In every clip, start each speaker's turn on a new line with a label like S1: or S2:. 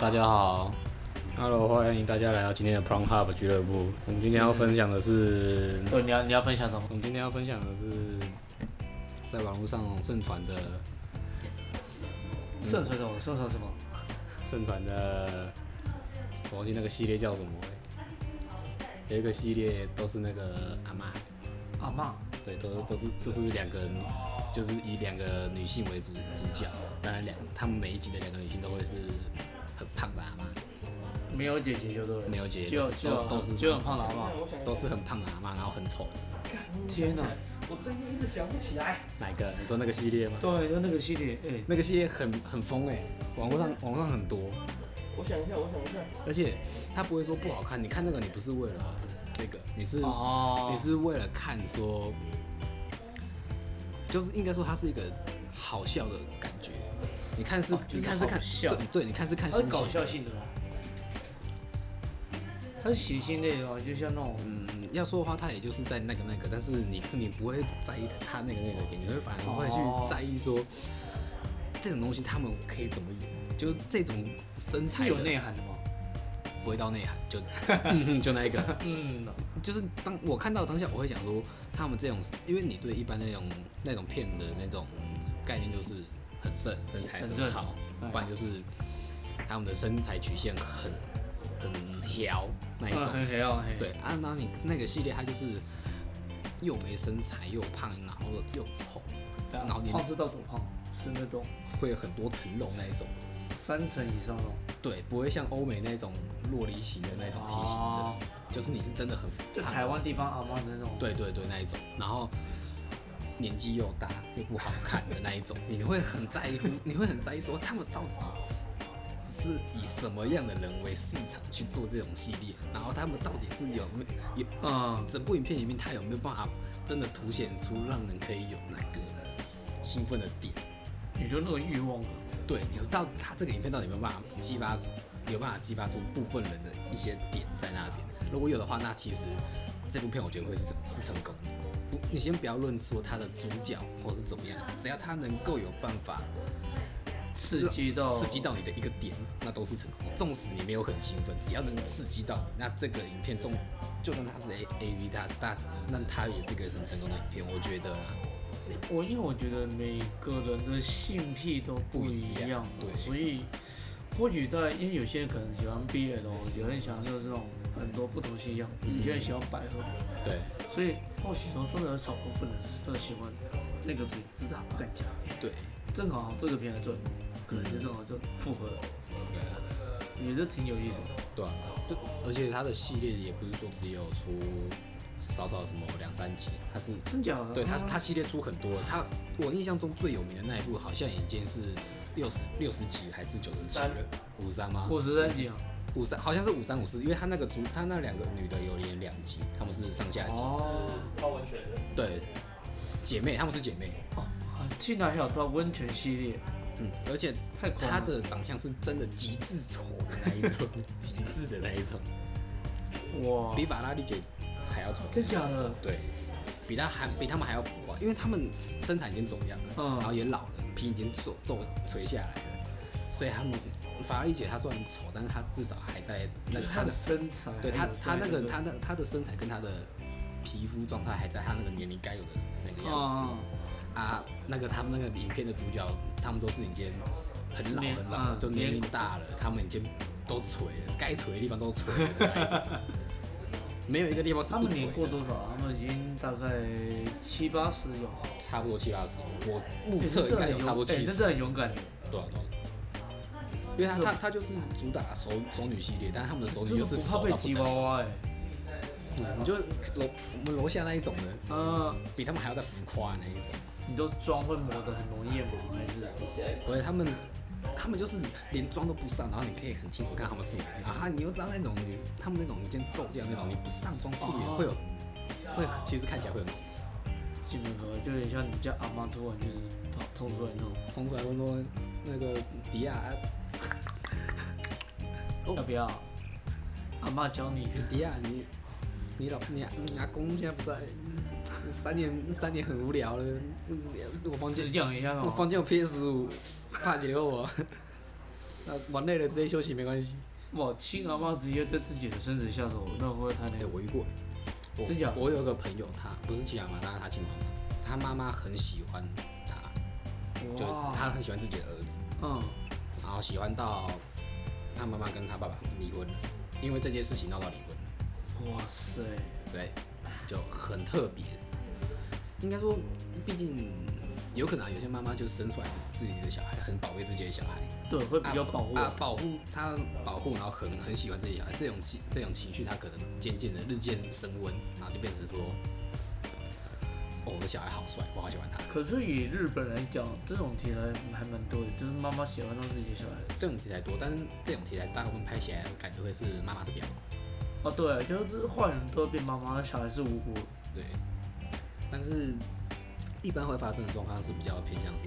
S1: 大家好，Hello，欢迎大家来到今天的 Prong Hub 俱乐部。我们今天要分享的是，
S2: 哦，你要你要分享什么？
S1: 我们今天要分享的是在网络上盛传的
S2: 盛传什么？盛传什么？
S1: 盛传的，我忘记那个系列叫什么了、有一个系列都是那个阿妈，
S2: 阿妈，
S1: 对，都都是都是两个人，就是以两个女性为主主角，当然两他们每一集的两个女性都会是很胖的阿妈。
S2: 没有姐姐就对了，
S1: 没有姐姐
S2: 就
S1: 都是
S2: 就
S1: 都是
S2: 就很胖的阿妈。
S1: 都是很胖的阿妈，然后很丑。
S2: 天哪，
S3: 我最近一直想不起来。
S1: 哪一个？你说那个系列吗？
S2: 对，就那个系列，哎、
S1: 那个系列很很疯哎、网络上网络上很多，
S3: 我想一下，我想一下。
S1: 而且他不会说不好看，你看那个你不是为了那个，你是、
S2: 哦，
S1: 你是为了看说，就是应该说它是一个好笑的感觉。你看是、
S2: 哦就是
S1: 你看是看
S2: 好笑
S1: 对对，你看是看
S2: 它是
S1: 心
S2: 搞
S1: 情，
S2: 笑性的吗？它是血腥类的吗？就像那种，
S1: 嗯，要说的话，他也就是在那个那个，但是你你不会在意他那个那个点，你会反而会去
S2: 哦
S1: 在意说、这种东西他们可以怎么演，就是这种身
S2: 是
S1: 材
S2: 有
S1: 的
S2: 内涵的吗？
S1: 不会到内涵， 就嗯哼就那一个，
S2: 嗯，
S1: 就是当我看到当下，我会想说他们这种，因为你对一般那种那种骗人的那种概念就是很正，身材
S2: 很正
S1: 好，
S2: 哎
S1: 不然就是他们的身材曲线很很条那一种
S2: 嗯，。很黑暗，很黑。
S1: 对，按照你那个系列，它就是又没身材，又胖，然后又丑，
S2: 对啊
S1: 然后你
S2: 胖是到多胖？啊是那种
S1: 会有很多层肉那一种。
S2: 三层以上的
S1: 对，不会像欧美那种洛梨型的那种体型的，
S2: 哦
S1: 就是你是真的很
S2: 就
S1: 胖
S2: 台湾地方阿妈的那种。
S1: 对对对那一种，然后年纪又大又不好看的那一种，你会很在乎，你会很在意说他们到底是以什么样的人为市场去做这种系列，然后他们到底是有没有
S2: 嗯，
S1: 整部影片里面他有没有办法真的凸显出让人可以有那个兴奋的点？
S2: 也就那个欲望啊。
S1: 对，你到他这个影片到底有没有办法激发出，有办法激发出部分人的一些点在那边？如果有的话，那其实这部片我觉得会是成是成功的。不，你先不要论说他的主角或是怎么样，只要他能够有办法
S2: 刺激到
S1: 刺激到你的一个点，那都是成功的。纵使你没有很兴奋，只要能刺激到你，那这个影片中，就算它是 A A V，它它那它也是一个很成功的影片，我觉得啊啦。
S2: 我因为我觉得每个人的性癖都不一
S1: 不一样
S2: 样，
S1: 对
S2: 所以或许在因为有些人可能喜欢 BL，有哦人喜欢就是这种很多不同信仰，有
S1: 嗯
S2: 些人喜欢百合，
S1: 对
S2: 所以或许说真的有少部分人是真的喜欢那个比自杀更强。
S1: 对，
S2: 正好这个片段可能
S1: 嗯
S2: 就正好就复合了，
S1: 对啊
S2: 也是挺有意思的。
S1: 对啊，就而且它的系列也不是说只有出少少什么两三集，它是
S2: 真假的？
S1: 对它它系列出很多，它我印象中最有名的那一部好像已经是六十六十集还是九十集了，五三吗？
S2: 五十三集啊。
S1: 五三好像是五三五四，因为他那个主他那两个女的有演两集，他们是上下集，
S2: 哦，
S3: 啊泡温泉的，
S1: 对，姐妹，他们是姐妹，
S2: 啊竟然还有到温泉系列，
S1: 嗯，而且
S2: 太狂
S1: 她
S2: 了。
S1: 的长相是真的极致丑的那一 种，极致的那一种，
S2: 哇，
S1: 比法拉利姐还要丑，
S2: 哦真假的？
S1: 对，比他还比他们还要浮夸，因为他们身材已经走样了，
S2: 嗯
S1: 然后也老了，皮已经皱皱垂下来了，所以他们法拉利姐她虽然丑，但是她至少还在那
S2: 就是
S1: 她
S2: 他的
S1: 的
S2: 身材，
S1: 对她她那个
S2: 他。
S1: 她那她的身材跟她的皮肤状态还在她那个年龄该有的那个样
S2: 哦，
S1: 子啊，那个他们那个影片的主角，他们都是已经很老
S2: 年
S1: 很老了，
S2: 嗯
S1: 就年龄大了，他们已经都垂了，该垂的地方都垂了的那一 种，没有一个地方是
S2: 他
S1: 不
S2: 们
S1: 垂
S2: 年过
S1: 的
S2: 多。少啊？他们已经大概七八十有，
S1: 差不多七八十，我目
S2: 欸
S1: 测应哎该有
S2: 真的很
S1: 差不多
S2: 勇欸
S1: 七
S2: 真
S1: 十、哦
S2: 的很勇敢，
S1: 多少多少。啊因为他他他就是主打熟熟女系列，但是他们的熟女
S2: 真
S1: 就是
S2: 的哎不怕
S1: 熟
S2: 被
S1: 到不
S2: 吉娃
S1: 得。
S2: 娃哎。
S1: 嗯，你就楼我们楼下那一种呢，
S2: 嗯，
S1: 比他们还要再浮夸那一种。
S2: 你都妆会抹得很浓艳吗？还是
S1: 而且他们他们就是连妆都不上，然后你可以很清楚看他们素颜。啊，你又知道那种女他们那种已经皱掉那种，你不上妆素颜
S2: 哦
S1: 会有会其实看起来会很
S2: 基本可能就有点像你家阿妈突然就是跑冲出来那种，
S1: 冲出来问说那个迪亚啊哦
S2: 要不要？阿妈教你，
S1: 迪亚，啊你你老你你阿公现在不在，三年三年很无聊了。嗯我房
S2: 滋
S1: 间
S2: 养一下
S1: 我
S2: 哦。
S1: 房间有 PS 五，怕给我。那玩累了直接休息没关系。
S2: 哇，亲阿妈直接对自己的孙子下手，那会不会太那
S1: 哎、
S2: 个？
S1: 我遇过，我
S2: 真假
S1: 我有一个朋友，他不是亲妈妈，但是他亲妈妈，他妈妈很喜欢他，哎就是
S2: 哇，
S1: 他很喜欢自己的儿子，
S2: 嗯，
S1: 然后喜欢到他妈妈跟他爸爸离婚了，因为这件事情闹到离婚了。
S2: 哇塞，
S1: 对，就很特别。应该说，毕竟有可能啊，有些妈妈就生出来自己的小孩，很保卫自己的小孩，
S2: 对，会比较保护
S1: 啊啊
S2: 我。
S1: 保护她保护，然后很很喜欢自己小孩，这种情这种情绪，她可能渐渐的日渐升温，然后就变成说，哦，我的小孩好帅，我好喜欢他。
S2: 可是以日本来讲，这种题材还蛮多的，就是妈妈喜欢上自己的小孩。
S1: 这种题材多，但是这种题材大部分拍起来感觉会是妈妈是婊子，
S2: 哦，对，就是坏人都会变妈妈，小孩是无辜的。
S1: 对。但是一般会发生的状况是比较偏向是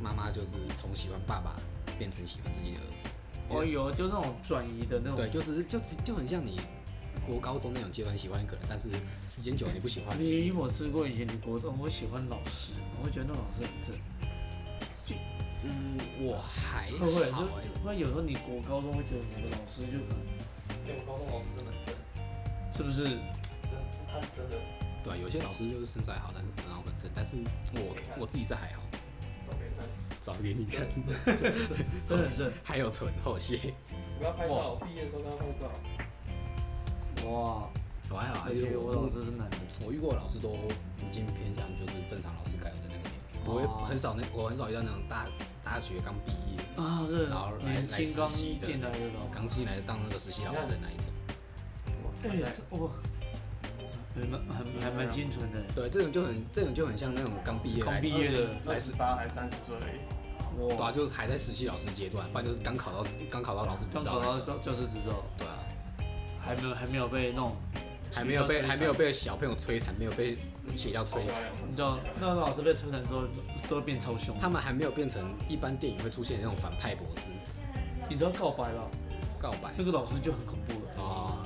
S1: 妈妈就是从喜欢爸爸变成喜欢自己的儿子。
S2: 哦有，就那种转移的那种。
S1: 对，就只是就只就很像你国高中那种阶段喜欢一个人，但是时间久了你不喜欢，
S2: 你有没有试过以前你国中，我喜欢老师，我会觉得那老师很正。
S1: 嗯，我还
S2: 会不会
S1: 好
S2: 就
S1: 哎、
S2: 会有时候你国高中会觉得每个老师就可能
S3: 对我高中老师真的很正，
S2: 是不是？
S3: 真是他是真的
S1: 对，有些老师就是身材好，但是然后很正，但是我我自己是还好，
S3: 照片上，
S1: 找给你看，
S2: 真的是
S1: 还有存后谢，
S3: 我要拍照，毕业的时候跟他拍照，
S2: 哇！
S1: 我还好，
S2: 而
S1: 还是
S2: 且我
S1: 我
S2: 老
S1: 我
S2: 啊师是男的，
S1: 我遇过的老师都已经偏向就是正常老师该有的那个年龄，不会
S2: 哦
S1: 很少那我很少遇到那种大大学刚毕业，
S2: 啊，对
S1: 然后，来
S2: 年
S1: 来
S2: 轻
S1: 实
S2: 刚
S1: 习的
S2: 进来的老
S1: 刚进来当那个实习老师的那一种。
S2: 哎、这哇，还蛮还蛮还蛮清纯的，
S1: 对，这种就很这种就很像那种刚毕业来
S2: 刚毕业的，
S1: 来
S3: 二
S1: 实
S3: 十八还三十岁而已，
S1: 对啊，
S2: 哇，
S1: 就是还在实习老师阶段，不然就是刚考到刚考到老师执
S2: 刚
S1: 照
S2: 考
S1: 那
S2: 到
S1: 种。
S2: 教教师执照，
S1: 对啊，
S2: 还没有还没有被弄，
S1: 还没有被
S2: 学
S1: 还没有，被小
S2: 校摧残
S1: 朋友摧残，没有被学校
S3: 超
S1: 摧
S3: 漂
S1: 残，
S3: 亮，
S2: 你知道那老师被摧残之后都会变超凶，
S1: 他们还没有变成一般电影会出现的那种反派博士
S2: 你知道告白了，
S1: 告白
S2: 那个老师就很恐怖了，
S1: 哦，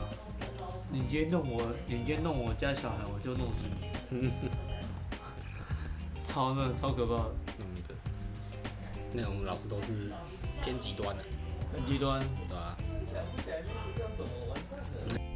S2: 你今天弄我，你今天弄我家小孩，我就弄死 你，超那超可怕的，
S1: 弄一阵，嗯那种老师都是偏极端的，
S2: 很极端。
S1: 对吧、
S3: 想不起来名字叫什么，完蛋了。